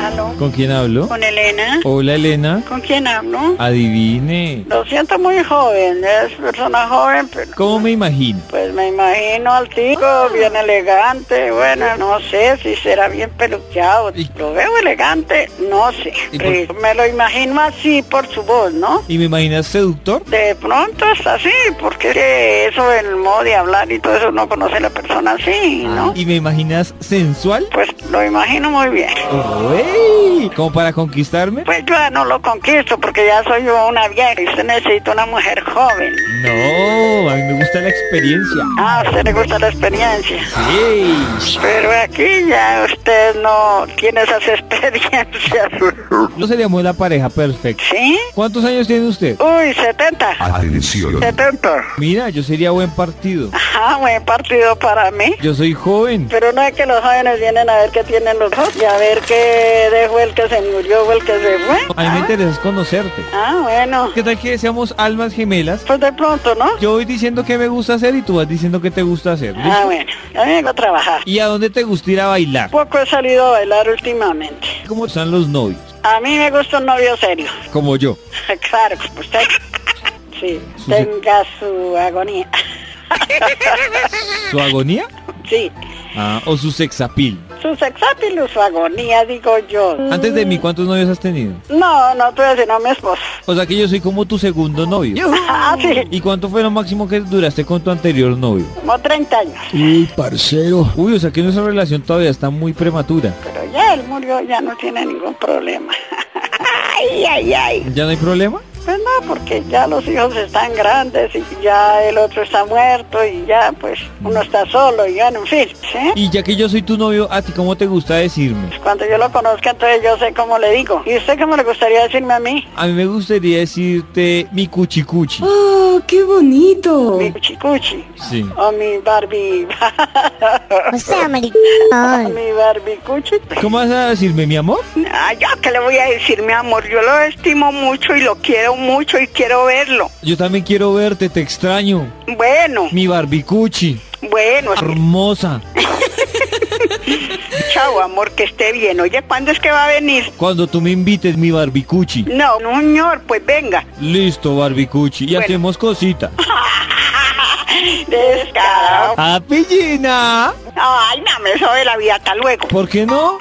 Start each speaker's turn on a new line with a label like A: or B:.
A: Aló,
B: ¿Con quién hablo?
A: con Elena.
B: Hola Elena,
A: ¿Con quién hablo?
B: adivine.
A: Lo siento muy joven, es persona joven, pero
B: ¿Cómo me Ah. imagino?
A: pues me imagino al tico bien elegante. Bueno, no sé si será bien peluqueado.
B: ¿Y-
A: Lo veo elegante, no sé.
B: ¿Y
A: Pero Me lo imagino así por su voz, ¿no?
B: ¿Y me imaginas seductor?
A: De pronto es así, porque es que eso el modo de hablar y todo eso no conoce la persona así, ¿no?
B: Ah, ¿Y me imaginas sensual?
A: Pues lo imagino muy bien.
B: ¡Uey! ¿Como para conquistarme?
A: Pues yo ya no lo conquisto porque ya soy yo una vieja y usted necesita una mujer joven.
B: No, a mí me gusta la experiencia.
A: Ah, a usted le gusta la experiencia.
B: ¡Sí!
A: Pero aquí ya usted no tiene esas experiencias.
B: No seríamos la pareja perfecta.
A: ¿Sí?
B: ¿Cuántos años tiene usted?
A: Uy, 70.
C: Atención.
A: 70.
B: Mira, yo sería buen partido.
A: Ajá, buen partido para mí.
B: Yo soy joven.
A: Pero no es que los jóvenes vienen a ver qué tienen los dos y a ver qué dejó el que se murió o el que se fue.
B: A mí me
A: Ah,
B: interesa es conocerte.
A: ah, bueno.
B: ¿Qué tal que seamos almas gemelas?
A: Pues de pronto, ¿no?
B: Yo voy diciendo qué me gusta hacer y tú vas diciendo qué te gusta hacer. ¿listo?
A: Ah, bueno. Ya vengo a trabajar.
B: ¿Y a dónde te gusta ir a bailar?
A: Poco he salido a bailar últimamente.
B: ¿Cómo están los novios?
A: A mí me gusta un novio serio.
B: Como yo.
A: Claro, usted sí,
B: Sí.
A: tenga su agonía.
B: ¿Su agonía?
A: Sí,
B: Ah, o su sexapil.
A: su sexapil o su agonía, digo yo.
B: Antes de mí, ¿cuántos novios has tenido?
A: No, no tuve sino a mi esposa.
B: O sea que yo soy como tu segundo novio.
A: Ah, sí,
B: ¿Y cuánto fue lo máximo que duraste con tu anterior novio?
A: como 30 años.
B: Uy, parcero. Uy, o sea que nuestra relación todavía está muy prematura.
A: Pero ya él murió, ya no tiene ningún problema. Ay, ay, ay.
B: ¿Ya no hay problema?
A: Pues no, porque ya los hijos están grandes y ya el otro está muerto y ya pues uno está solo y ya en fin, ¿sí?
B: Y ya que yo soy tu novio, ¿a ti cómo te gusta decirme?
A: Cuando yo lo conozca, entonces yo sé cómo le digo. ¿Y usted cómo le gustaría decirme a mí?
B: A mí me gustaría decirte mi cuchicuchi.
D: ¡Oh, qué bonito!
A: Mi cuchicuchi.
B: Sí.
A: O mi Barbie.
E: O sea,
A: o
E: maricón.
A: mi Barbie cuchi.
B: ¿Cómo vas a decirme mi amor?
A: Ah, yo que le voy a decir, mi amor, yo lo estimo mucho y lo quiero mucho y quiero verlo.
B: Yo también quiero verte, te extraño.
A: Bueno,
B: Mi barbicuchi.
A: bueno,
B: Hermosa.
A: chao, amor, que esté bien. Oye, ¿cuándo es que va a venir?
B: Cuando tú me invites, mi barbicuchi.
A: No, no, señor, pues venga.
B: Listo, barbicuchi. Y
A: Bueno.
B: hacemos cosita.
A: Descarado.
B: ¡Apellina! ¡Ah,
A: Ay, no me sobe la vida, hasta luego.
B: ¿Por qué no?